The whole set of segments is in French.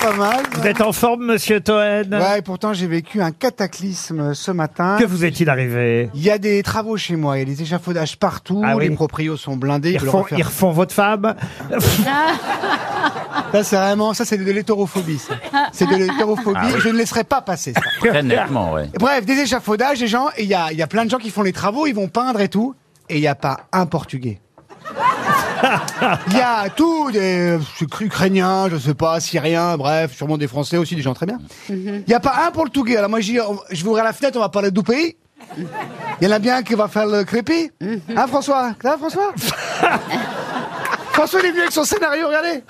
pas mal. Vous êtes en forme, monsieur Toen Ouais, et pourtant j'ai vécu un cataclysme ce matin. Que vous est-il arrivé Il y a des travaux chez moi, il y a des échafaudages partout, Ah oui. les proprios sont blindés. ils ils veulent refont, refaire. ils refont votre femme Ça c'est vraiment, ça c'est de l'hétérophobie. ça. C'est de l'hétérophobie, Ah oui. je ne laisserai pas passer ça. Très nettement, ouais. Bref, des échafaudages, des gens, et il y a, il y a plein de gens qui font les travaux, ils vont peindre et tout, et il n'y a pas un portugais. Il y a tout des je sais, ukrainiens, je sais pas, syriens, bref, sûrement des français aussi, des gens très bien. Il n'y a pas un portugais. Alors moi, je dis, on- je vais ouvrir la fenêtre, on va parler du pays. Il y en a bien qui va faire le crépi. Hein, François Hein, François François, il est venu avec son scénario, regardez.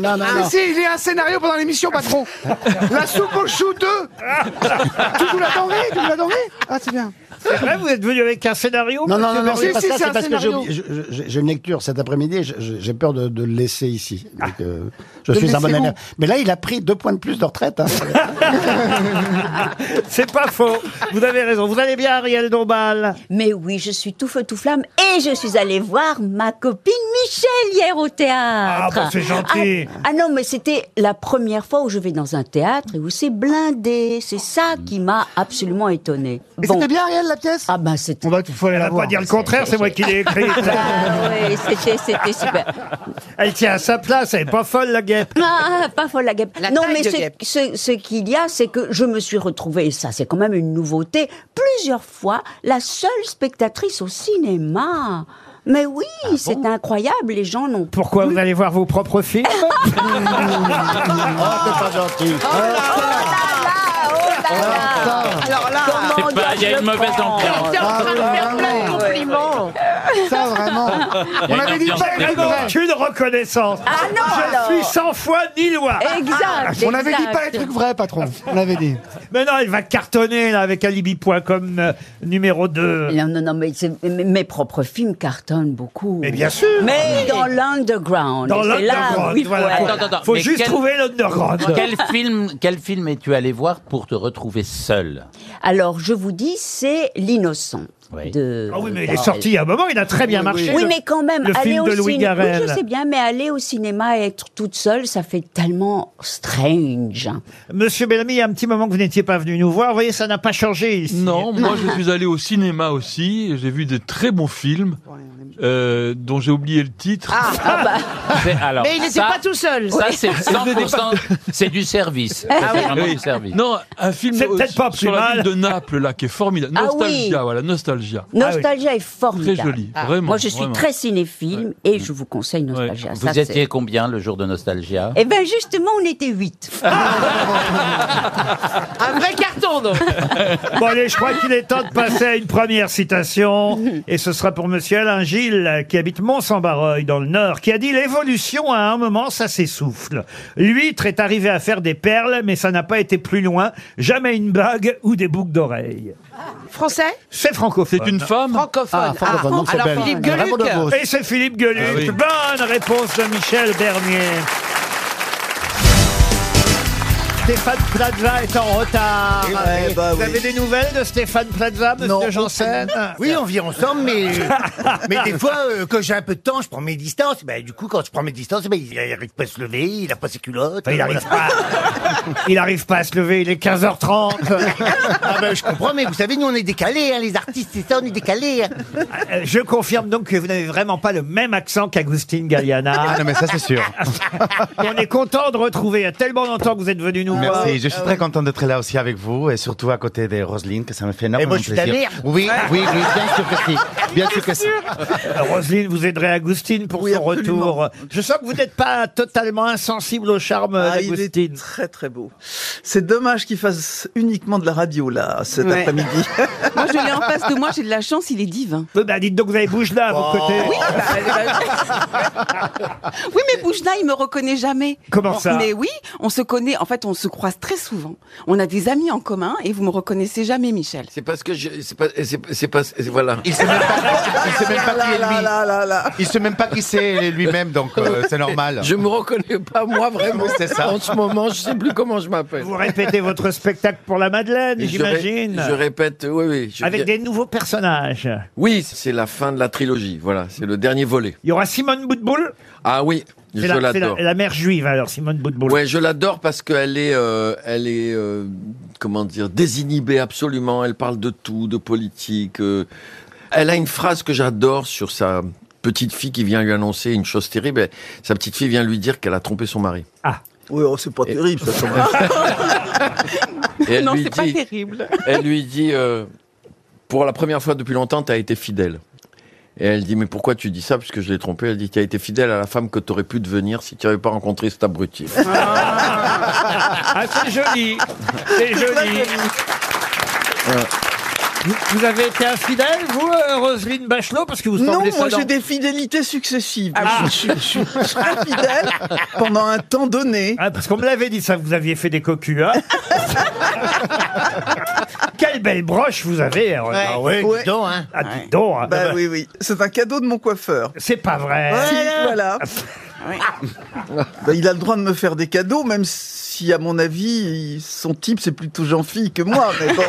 Non, non, non. Si, il y a un scénario pendant l'émission, patron. La soupe au chou 2. tu vous la denrée Tu vous la denrée Ah, c'est bien. C'est vrai, vous êtes venu avec un scénario Non, non, non, non, Si, Ah, c'est pas ça, si, c'est un c'est parce que j'ai scénario. oublié- je- je- j'ai j'ai une lecture cet après-midi, et je- je- j'ai peur de, de le laisser ici. Donc, euh, je Le suis un bon laissez-vous. élève. Mais là, il a pris deux points de plus de retraite. hein. C'est pas faux. Vous avez raison. Vous allez bien, Ariel Dombal Mais oui, je suis tout feu tout flamme et je suis allée voir ma copine Michel hier au théâtre. Ah, bah, c'est gentil. Ah, ah non, mais c'était la première fois où je vais dans un théâtre et où c'est blindé. C'est ça qui m'a absolument étonnée. Et Bon. c'était bien, Ariel, la pièce Ah ben c'était. On va tout faire Elle la va pas voir. dire le contraire, c'est moi qui l'ai écrit. Ah ouais, c'était c'était super. Elle tient à sa place, elle est pas folle, la guêpe. Ah, pas folle la guêpe. La non, taille mais de ce, guêpe. ce- ce qu'il y a, c'est que je me suis retrouvée, et ça c'est quand même une nouveauté, plusieurs fois la seule spectatrice au cinéma. Mais oui, c'est incroyable, les gens n'ont Pourquoi vous allez voir vos propres films oh, Ah, t'es pas gentil. Ah, oh Alors là, C'est pas, il y a une mauvaise ambiance. t'es en train de faire plein de Ah, compliments. Ça, vraiment. Il y a Ah. On une avait dit ambiance pas très être forte. vrai. Aucune reconnaissance. Ah non, Je alors. suis 100 fois ni loin. Ah, Exact. On avait dit pas les exact. trucs vrais, patron. On l'avait dit. Mais non, elle va cartonner là, avec Alibi.com euh, numéro 2. Non, non, non, mais c'est- mes mes propres films cartonnent beaucoup. Mais bien sûr Mais dans l'underground. Dans et c'est là l'underground, où il faut voilà. être. Faut, Attends, attends, faut mais juste quel- trouver l'underground. Quel film, quel film es-tu allé voir pour te retrouver seul Alors, je vous dis, c'est L'innocent. Oui. De... Ah oui, mais il est sorti il y a un moment, il a très bien marché. Oui, le- mais quand même, le aller film au de Louis cinéma. Garrel. je sais bien, mais aller au cinéma et être toute seule, ça fait tellement Ah strange. Monsieur Bellamy, il y a un petit moment que vous n'étiez pas venu nous voir. Vous voyez, ça n'a pas changé ici. Non, moi je suis allé au cinéma aussi, et j'ai vu des très bons films euh, dont j'ai oublié le titre. C'est- alors, Mais il n'était ça, pas tout seul. Ça, c'est n'était 100%, c'est du service. Ça, C'est vraiment Oui. du service. Non, un film C'est peut-être au- pas plus sur la ville mal. de Naples là qui est formidable. Ah oui. Nostalgia, voilà, Nostalgia. Nostalgia est Très formidable. joli, vraiment. Moi, je suis vraiment. très cinéphile et je vous conseille Nostalgia. Vous Ça, c'est- étiez combien le jour de Nostalgia Eh ben, bien, justement, on était huit. Ah, Un vrai carton, donc. Bon, allez, je crois qu'il est temps de passer à une première citation. Et ce sera pour monsieur Alain Gilles, qui habite Mont-Saint-Barreuil, dans le Nord, qui a dit L'évolution, à un moment, ça s'essouffle. L'huître est arrivée à faire des perles, mais ça n'a pas été plus loin. Jamais une bague ou des boucles d'oreilles. Français C'est francophone. C'est une femme Francophone. Ah, francophone, donc c'est alors belge. Philippe Bravo de Gueluc. Beauce. Et c'est Philippe Gueluc. Ah oui. Bonne réponse de Michel Bernier. Stéphane Plaza est en retard. Eh ben, Vous oui. avez des nouvelles de Stéphane Plaza, monsieur Janssen Ah, Oui, on vit ensemble, mais, mais des fois, euh, quand j'ai un peu de temps, je prends mes distances. Ben, du coup, quand je prends mes distances, ben, il n'arrive pas à se lever, il n'a pas ses culottes. Enfin, il n'arrive pas. Il arrive pas à se lever, il est 15h30. Ah ben, je comprends, mais vous savez, nous, on est décalés, hein, les artistes, c'est ça, on est décalés. hein. Je confirme donc que vous n'avez vraiment pas le même accent qu'Agustine Galliana. Ah, Non mais ça c'est sûr. On est content de retrouver. Il y a tellement longtemps que vous êtes venu nous voir. Merci, je suis très content d'être là aussi avec vous et surtout à côté de Roselyne que ça me fait Et énormément moi, Eh ben, je suis ta plaisir. mère. Oui, oui, oui, bien sûr que si. Bien sûr que si. Roselyne, vous aiderez Agustine pour son retour. Je sens que vous n'êtes pas totalement insensible au charme Ah, il est d'Agustine. très très beau. C'est dommage qu'il fasse uniquement de la radio là cet Ouais. après-midi. Moi, je l'ai en face de moi, j'ai de la chance, il est divin. Euh, bah, dites donc, vous avez Boujna à vos côtés. Oui, mais Boujna, il me reconnaît jamais. Comment ça Mais oui, on se connaît, en fait, on se croise très souvent. On a des amis en commun et vous me reconnaissez jamais, Michel. C'est parce que je. C'est pas. C'est c'est pas. c'est- Voilà. Il sait même pas, il sait même pas qui est là, lui. là, là, là. Il sait même pas qui c'est lui-même, donc euh, c'est normal. Je me reconnais pas, moi, vraiment. Oui, c'est ça. En ce moment, je sais plus comment je m'appelle. Vous répétez votre spectacle pour la Madeleine, Et je ré- j'imagine. Je répète, oui, oui. je Avec dis- des nouveaux personnages. Oui, c'est la fin de la trilogie. Voilà, c'est le dernier volet. Il y aura Simone Boutboul. Ah oui, C'est la, Je c'est la- l'adore. la mère juive, alors, Simone Boutboul. Ouais, je l'adore parce qu'elle est, euh, elle est, euh, comment dire, désinhibée absolument. Elle parle de tout, de politique. euh. Elle a une phrase que j'adore sur sa petite fille qui vient lui annoncer une chose terrible. Elle- Sa petite fille vient lui dire qu'elle a trompé son mari. Ah. Oui, oh, c'est pas terrible, ça. quand même. Et elle non, lui c'est pas dit- terrible. Elle lui dit, euh, pour la première fois depuis longtemps, t'as été fidèle. Et elle dit, mais pourquoi tu dis ça Parce que je l'ai trompé. Elle dit, t'as été fidèle à la femme que t'aurais pu devenir si tu n'avais pas rencontré cet abruti. Ah, c'est joli. C'est joli. Vous, vous avez été infidèle, vous, euh, Roselyne Bachelot, parce que vous Non, semblez moi ça dans- j'ai des fidélités successives. Ah. Je, suis- je suis je suis très fidèle pendant un temps donné. Ah, parce qu'on me l'avait dit ça, vous aviez fait des cocus, hein Quelle belle broche vous avez alors. Ouais. Ah ouais, Ouais. dis donc, hein. Ah, dis donc, hein. Bah oui, oui. C'est un cadeau de mon coiffeur. C'est pas vrai. Si, voilà. Bah, il a le droit de me faire des cadeaux, même si, à mon avis, il- son type, c'est plutôt Jean-Fille que moi. Mais bon.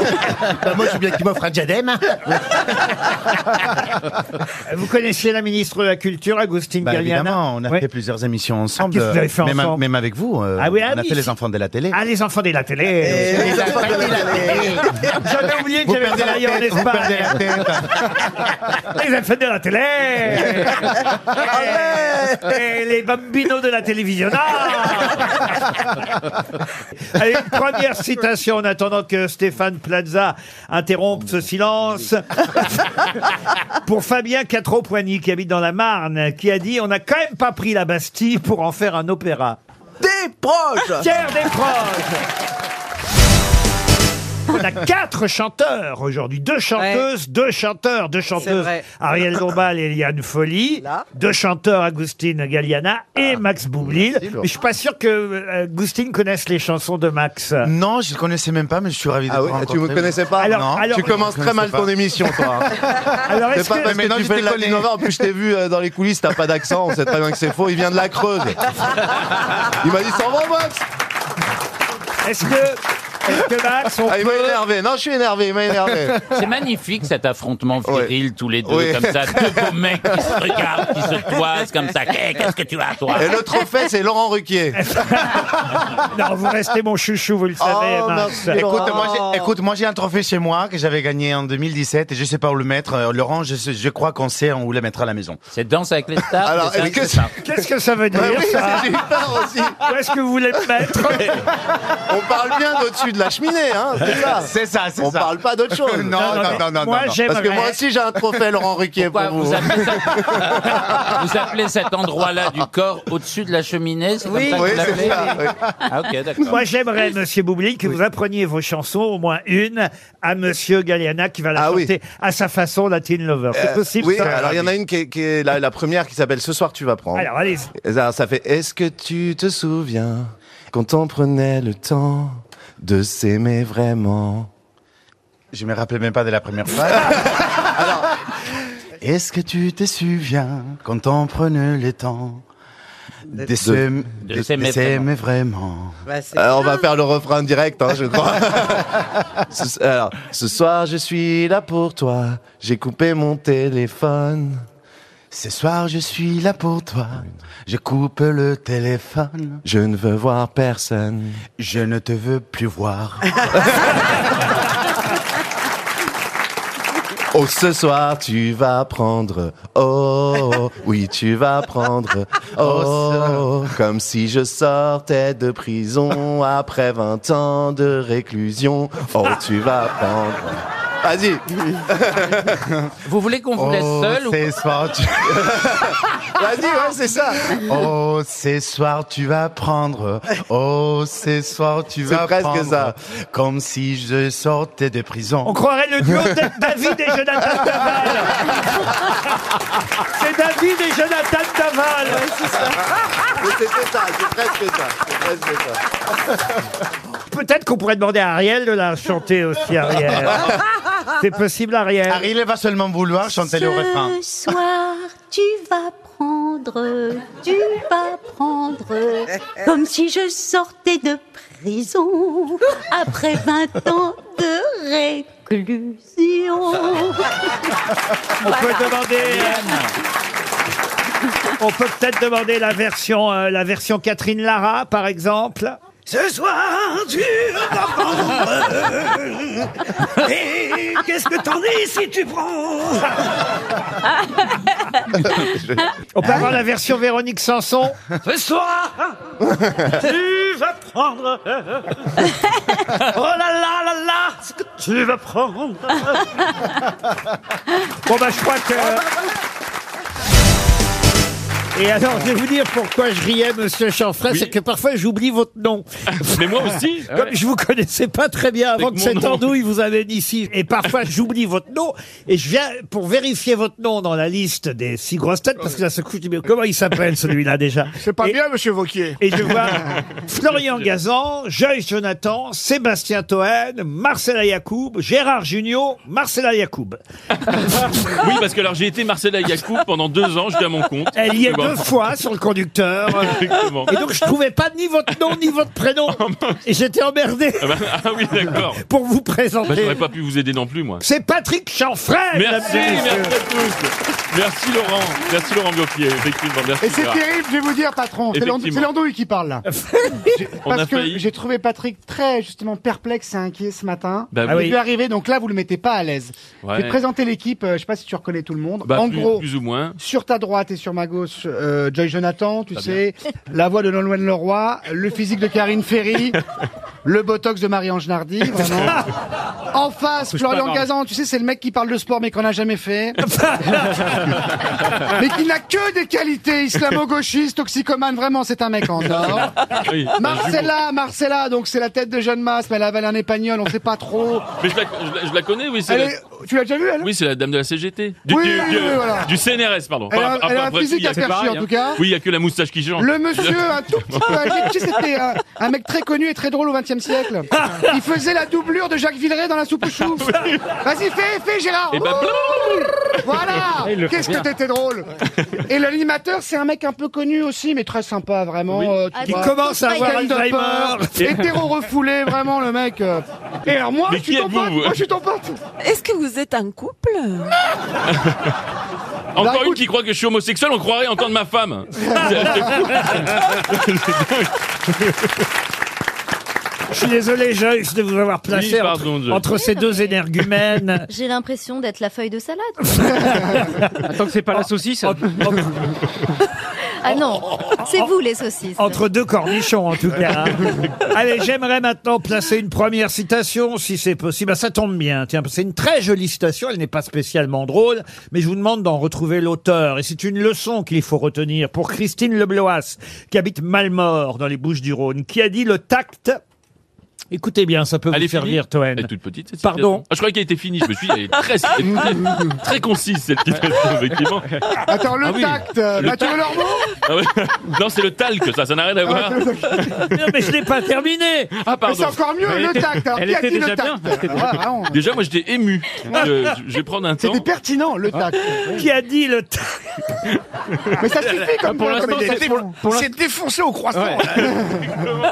moi, je veux bien qu'il m'offre un hein. diadème. Vous connaissiez la ministre de la Culture, Agustine Bah, Galliana évidemment, on a Ouais. fait plusieurs émissions ensemble. Ah, qu'est-ce que vous avez fait même, ensemble même avec vous. euh, Ah oui, ah on a oui, fait les si. enfants de la télé. Ah, les enfants de la télé. Eh, Les enfants de la télé. J'avais oublié que Vous j'avais perdez la travaillé en tête, vous Espagne. perdez la Les enfants de la télé. Et les bambinos de la télévision. Ah. Allez, une première citation en attendant que Stéphane Plaza interrompe ce silence. Pour Fabien Quatreau-Poigny, qui habite dans la Marne, qui a dit On n'a quand même pas pris la Bastille pour en faire un opéra. Des proches Pierre Desproges on a quatre chanteurs aujourd'hui, deux chanteuses, deux chanteurs, deux chanteuses, vrai. Ariel Dombal et Eliane Folly, deux chanteurs, Agustine Galliana Ah. et Max Boublil. Mais je suis pas sûr que euh, Agustine connaisse les chansons de Max. Non, je ne connaissais même pas, mais je suis ravi de Ah vous oui, rencontrer. tu me connaissais pas Alors- Non. alors- Tu commences très mal ton émission, toi. Alors, C'est est-ce pas que- parce que tu fais de la Nova, en plus je t'ai vu euh, dans les coulisses, t'as pas d'accent, on sait très bien que c'est faux, il vient de la Creuse. Il m'a dit, s'en va Max Est-ce que, Max, ah, Il m'a énervé, non je suis énervé, il m'a énervé. C'est magnifique cet affrontement viril, tous les deux, Ouais. comme ça, deux beaux mecs qui se regardent, qui se toisent comme ça. Hey, Qu'est-ce que tu as, toi Et le trophée, c'est Laurent Ruquier. Non, vous restez mon chouchou, vous le savez, Oh, Max. Écoute, moi, j'ai- écoute, moi j'ai un trophée chez moi que j'avais gagné en 2017 et je sais pas où le mettre. Euh, Laurent, je, sais- je crois qu'on sait où le mettre à la maison. C'est danse avec les stars. Alors, c'est ça, est-ce que c'est ça. Qu'est-ce que ça veut dire, Bah oui, ça j'ai eu peur aussi. Où est-ce que vous voulez le mettre On parle bien d'au-dessus de la cheminée, hein, c'est ça. C'est ça, c'est On ça. parle pas d'autre chose. Non, non, non, non, non, Moi, non. Parce que j'aimerais- moi aussi, j'ai un trophée Laurent Ruquier pour Pourquoi vous. vous appelez ça- Vous appelez cet endroit-là du corps au-dessus de la cheminée C'est Oui. comme ça Oui, que vous c'est l'appelez ça, oui. Ah, ok, d'accord. Moi, j'aimerais, Monsieur Boublil, que vous appreniez vos chansons, au moins une, à Monsieur Galliana, qui va la chanter à sa façon, Latin Lover. C'est Ah Euh, possible Oui, ça alors il y en a une qui est, qui est la, la première qui s'appelle Ce soir tu vas prendre. Alors, allez-y. Alors, ça fait Est-ce que tu te souviens quand on prenait le temps de s'aimer vraiment Je me rappelais même pas de la première phrase. Est-ce que tu te souviens quand on prenait le temps de, s'aim- de de- s'aimer de s'aimer vraiment, Bah, c'est Alors, Euh, On va faire le refrain direct, hein, je crois. ce, alors, ce soir je suis là pour toi, j'ai coupé mon téléphone. Ce soir je suis là pour toi, je coupe le téléphone. Je ne veux voir personne, je ne te veux plus voir. Oh, ce soir, tu vas prendre. Oh, oui, tu vas prendre. Oh, comme si je sortais de prison après 20 ans de réclusion. Oh, tu vas prendre. Vas-y. Vous voulez qu'on vous laisse seul ou- Ce Oh, soir, tu... Vas-y, ouais, c'est ça. Oh, ce soir, tu vas prendre. Oh, ce soir, tu vas prendre. C'est presque ça. Comme si je sortais de prison. Oh, On croirait le duo de David et Jonathan Daval. C'est David et Jonathan Daval. C'était ça, c'est presque ça. C'est presque ça. Peut-être qu'on pourrait demander à Ariel de la chanter aussi, Ariel. C'est possible, Ariel. Ariel va seulement vouloir chanter le refrain. Ce soir, tu vas prendre, tu vas prendre, comme si je sortais de prison après 20 ans de réclusion. On peut demander. On peut peut-être demander la version, euh, la version Catherine Lara, par exemple. Ce soir, tu vas prendre. Et qu'est-ce que t'en dis si tu prends On peut avoir la version Véronique Sanson. Ce soir, tu vas prendre. Oh là là là là, ce que tu vas prendre. Bon bah je crois que. Et alors, je vais vous dire pourquoi je riais, Monsieur Chanfray, c'est que parfois j'oublie votre nom. Ah Mais moi aussi. Comme je vous connaissais pas très bien avant C'est que que mon cette nom. andouille vous amène ici, et parfois j'oublie votre nom, et je viens pour vérifier votre nom dans la liste des six grosses têtes, parce que d'un seul coup, je dis, mais comment il s'appelle celui-là déjà C'est pas bien, monsieur Vauquier. Et je vois Florian Gazan, Joyce Jonathan, Sébastien Toen, Marcella Yacoub, Gérard Junior, Marcella Yacoub. Oui, parce que alors j'ai été Marcella Yacoub pendant deux ans, je suis à mon compte. Elle y est Mais bon. deux fois sur le conducteur. Exactement. Et donc je trouvais pas ni votre nom ni votre prénom. Oh, Et j'étais emmerdé Ah, bah, ah oui, d'accord. pour vous Bah, présenter. j'aurais pas pu vous aider non plus, moi. C'est Patrick Chanfray. Merci, mesdames et merci messieurs. à tous. Merci Laurent. Merci Laurent Gauffier, effectivement. Merci. Et c'est Gérard. terrible, je vais vous dire, patron. C'est l'and- Effectivement. c'est l'andouille qui parle là. J'ai- On a Parce que failli. j'ai trouvé Patrick très justement perplexe et inquiet ce matin. Bah il oui. est dû arriver, donc là vous le mettez pas à l'aise. Ouais. J'ai présenté l'équipe, euh, je sais pas si tu reconnais tout le monde. Bah, en plus- gros, plus ou moins. sur ta droite et sur ma gauche, euh, Joy Jonathan, tu sais, la voix de Nolwenn Leroy, le physique de Karine Ferry, le botox de Marie-Ange Nardi, vraiment. En face, Touche pas, Florian pardon. Gazan, tu sais, c'est le mec qui parle de sport mais qu'on n'a jamais fait. mais qui n'a que des qualités islamo-gauchiste, toxicomane, vraiment, c'est un mec en or. Oui, un Marcella, Marcella, donc c'est la tête de jeune masse, mais elle avale un épagnol, on sait pas trop. Mais je la, je la- je la connais, oui. c'est Elle la- est- Tu l'as déjà vue, elle Oui, c'est la dame de la CGT. Du, Oui, du- oui, du- oui, voilà. du CNRS, pardon. Elle a- Enfin, elle a un Bah, après, physique il y à percher, pareil, en hein. tout cas. Oui, il y a que la moustache qui change. Le monsieur, un tout petit peu âgé, tu sais, c'était un, un mec très connu et très drôle au XXe siècle. Il faisait la doublure de Jacques Villeray dans la soupe aux choux. Vas-y, fais, fais, Gérard. Et bah, Ouh Il voilà. le fait Qu'est-ce bien. que t'étais drôle. Et l'animateur, c'est un mec un peu connu aussi, mais très sympa, vraiment. euh, tu Qui vois. Ah, commence à avoir Stand-upper, Alzheimer. Hétéro refoulé, vraiment, le mec. euh. Et alors, moi, Mais je suis qui ton êtes-vous, pote. vous Moi, je suis ton pote. Est-ce que vous êtes un couple Encore une qui croit que je suis homosexuel, on croirait entendre ma femme. C'est- c'est fou. Je suis désolé, Joyce, de vous avoir placé Oui, pardon, entre, Joyce. entre ces deux énergumènes. J'ai l'impression d'être la feuille de salade. Tant que c'est pas la saucisse. Ah non, c'est vous les saucisses. Entre deux cornichons, en tout cas. hein. Allez, j'aimerais maintenant placer une première citation, si c'est possible. Ah, ça tombe bien, tiens, c'est une très jolie citation, elle n'est pas spécialement drôle, mais je vous demande d'en retrouver l'auteur. Et c'est une leçon qu'il faut retenir pour Christine Lebloas, qui habite Malmort, dans les Bouches-du-Rhône, qui a dit le tact... Écoutez bien, ça peut vous faire rire, Toen. Elle est toute petite, cette citation. Pardon Ah, je croyais qu'elle était finie, je me suis dit, elle est très, elle est très, très concise, cette citation, effectivement. Attends, le Ah oui. tact. euh, Le Mathieu tact. Lormeau Ah ouais. Non, c'est le talc, ça, ça n'a rien à voir. Non, mais je l'ai pas terminé. Ah, pardon. Mais c'est encore mieux, le tact. Alors, qui a dit le tact ah, Ouais, vraiment. Déjà, moi, j'étais ému. Je, je vais prendre un temps. C'était pertinent, le tact. Qui a dit le tact Hein Mais ça suffit comme Pour l'instant, comme idée. c'était- pour- pour C'est défoncé au croissant.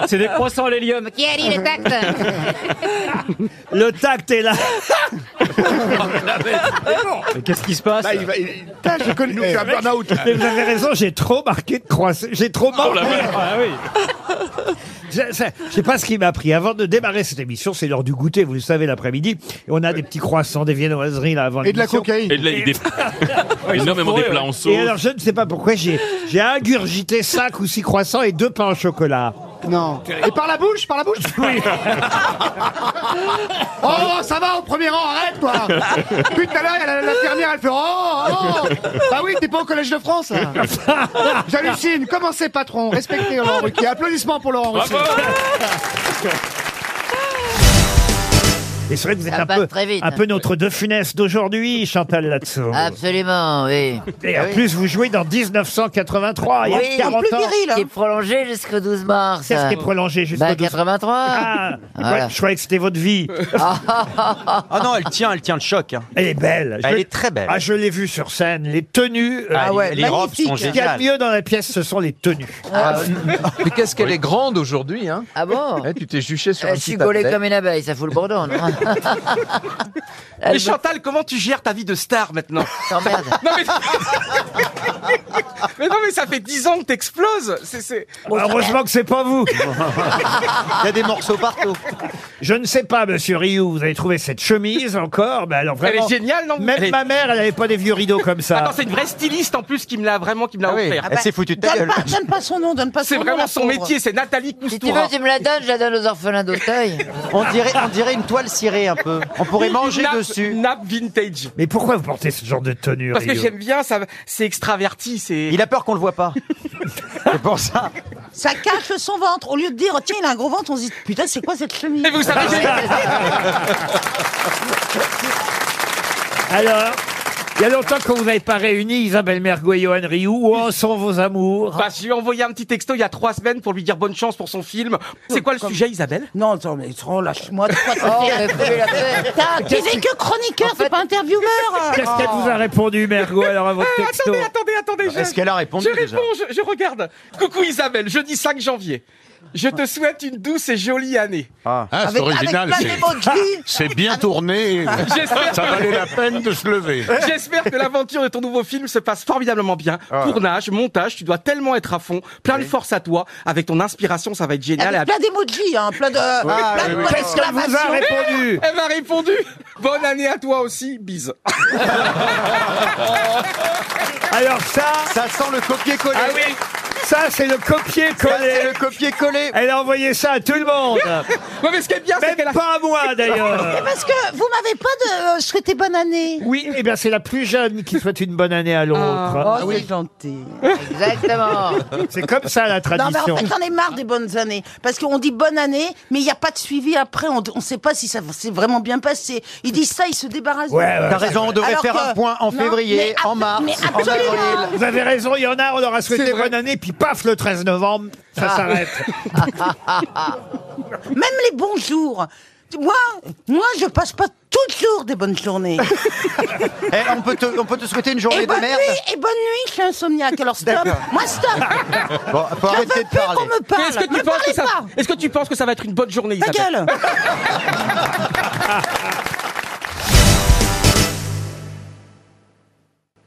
C'est des croissants à l'hélium. Qui a dit le tact Le tact est là. Mais qu'est-ce qui se passe Là, il va- Putain, je connais- nous fait un burn-out. Mais vous avez raison, j'ai trop marqué de croissance. J'ai trop Oh marqué. Je je sais pas ce qui m'a pris. Avant de démarrer cette émission, c'est l'heure du goûter, vous le savez, l'après-midi. Et on a des petits croissants, des viennoiseries là avant Et de la l'émission. cocaïne. Et de la- des- énormément des plats en sauce. Et alors, je ne sais pas pourquoi, j'ai j'ai ingurgité 5 ou 6 croissants et deux pains au chocolat. Non. Et par la bouche, par la bouche Oui. Oh, ça va, au premier rang, arrête, toi Puis tout à l'heure, il y a la, la dernière, elle fait Oh, oh Bah oui, t'es pas au Collège de France, là J'hallucine, comment c'est, patron Respectez Laurent Ruquier. Applaudissements pour Laurent Ruquier. Et c'est vrai que vous êtes Ça un passe peu, très vite. hein. un peu notre de funeste d'aujourd'hui, Chantal Latsou. Absolument, oui. Et en Oui. plus, vous jouez dans 1983, il y a 40 ans. Qui est prolongé jusqu'au 12 mars. Qu'est-ce qui est prolongé jusqu'au hein. Bah, 12? 83. Ah, Voilà. ouais, Je croyais que c'était votre vie. Ah non, elle tient, elle tient le choc. hein. Elle est belle. Elle Je- est très belle. Ah, je l'ai vue sur scène. Les tenues. euh, Ah ouais, Les robes sont Ce qu'il y a géniales. de mieux dans la pièce, ce sont les tenues. mais qu'est-ce qu'elle est grande aujourd'hui, hein Ah bon Eh, Tu t'es juché sur Euh, un Je suis petit gaulé athlète. comme une abeille, ça fout le bourdon. non Elle Mais me- Chantal, comment tu gères ta vie de star maintenant T'emmerdes. non, mais... mais non, mais ça fait 10 ans que t'exploses. C'est, c'est... Heureusement que c'est pas vous. Il y a des morceaux partout. Je ne sais pas, monsieur Rioux, vous avez trouvé cette chemise encore. mais alors Elle vraiment- est géniale, non Même Elle est- ma mère, elle n'avait pas des vieux rideaux comme ça. Attends, c'est une vraie styliste en plus qui me l'a vraiment qui me Ah l'a offert. Elle s'est foutue de ta Donne gueule. pas- Donne pas son nom, donne pas C'est vraiment son métier, c'est Nathalie Si tu veux, Coustoura. tu me la donnes, je la donne aux orphelins d'Auteuil. On dirait, on dirait une toile cirée un peu. On pourrait Une manger nappe- dessus. Une nappe vintage. Mais pourquoi vous portez ce genre de tenue Parce que Rioux j'aime bien, ça, c'est extraverti, c'est. Il a peur qu'on le voit pas. C'est pour ça. Ça cache son ventre. Au lieu de dire, tiens, il a un gros ventre, on se dit, putain, c'est quoi cette chemise Mais vous savez, Alors, il y a longtemps qu'on vous n'avez pas réunis, Isabelle Mergo et Johan Rioux. Où en sont vos amours Bah, je lui ai envoyé un petit texto il y a trois semaines pour lui dire bonne chance pour son film. C'est quoi le sujet, Isabelle Non, attends, mais lâche-moi. T'as- Tu n'es que chroniqueur, t'es pas intervieweur. Qu'est-ce qu'elle vous a répondu, Mergo, alors à votre Euh, texto attendez, attendez, attendez. je- Est-ce qu'elle a répondu Je déjà réponds, je, je regarde. Coucou Isabelle, jeudi 5 janvier. Je te souhaite une douce et jolie année. Ah, c'est Avec- original. avec plein c'est- d'émojis. C'est bien tourné. J'espère Ça que- valait la peine de se lever. J'espère que l'aventure de ton nouveau film se passe formidablement bien. Tournage, montage, tu dois tellement être à fond, plein de force à toi. Avec ton inspiration, ça va être génial. Avec Et à- plein d'émojis, hein, plein de. plein de points d'exclamation. Eh, Elle m'a répondu Bonne année à toi aussi, bise. Alors ça... Ça sent le copier-coller. Ah oui. Ça, c'est le Ça, c'est copier-coller. le copier-coller. Elle a envoyé ça à tout le monde. ouais, mais ce qui est bien, Même pas à moi, C'est d'ailleurs. parce que vous m'avez pas de euh, souhaité bonne année. Oui, eh bien, c'est la plus jeune qui souhaite une bonne année à l'autre. Ah, oh, c'est gentil. Exactement. C'est comme ça, la Non, mais tradition. en fait, j'en ai marre des bonnes années. Parce qu'on dit bonne année, mais il n'y a pas de suivi après. On ne sait pas si ça s'est vraiment bien passé. Ils disent ça, ils se débarrassent. Ouais, ouais. T'as raison, on devrait faire un point en février, en mars, en avril. Vous avez raison, il y en a, on leur a souhaité C'est vrai. bonne année, puis paf, le 13 novembre, ça Ah. s'arrête. Même les bons jours. Moi, moi, je passe pas toujours des bonnes journées. Eh, on, peut te, on peut te souhaiter une journée de et bonne merde. nuit, et bonne nuit, je suis insomniaque. Alors stop, D'accord. moi stop. Bon, faut Je arrêter veux de plus parler. qu'on me parle. Mais Est-ce que, Me tu penses que parlez ça... pas. est-ce que tu penses que ça va être une bonne journée, Ta Isabelle gueule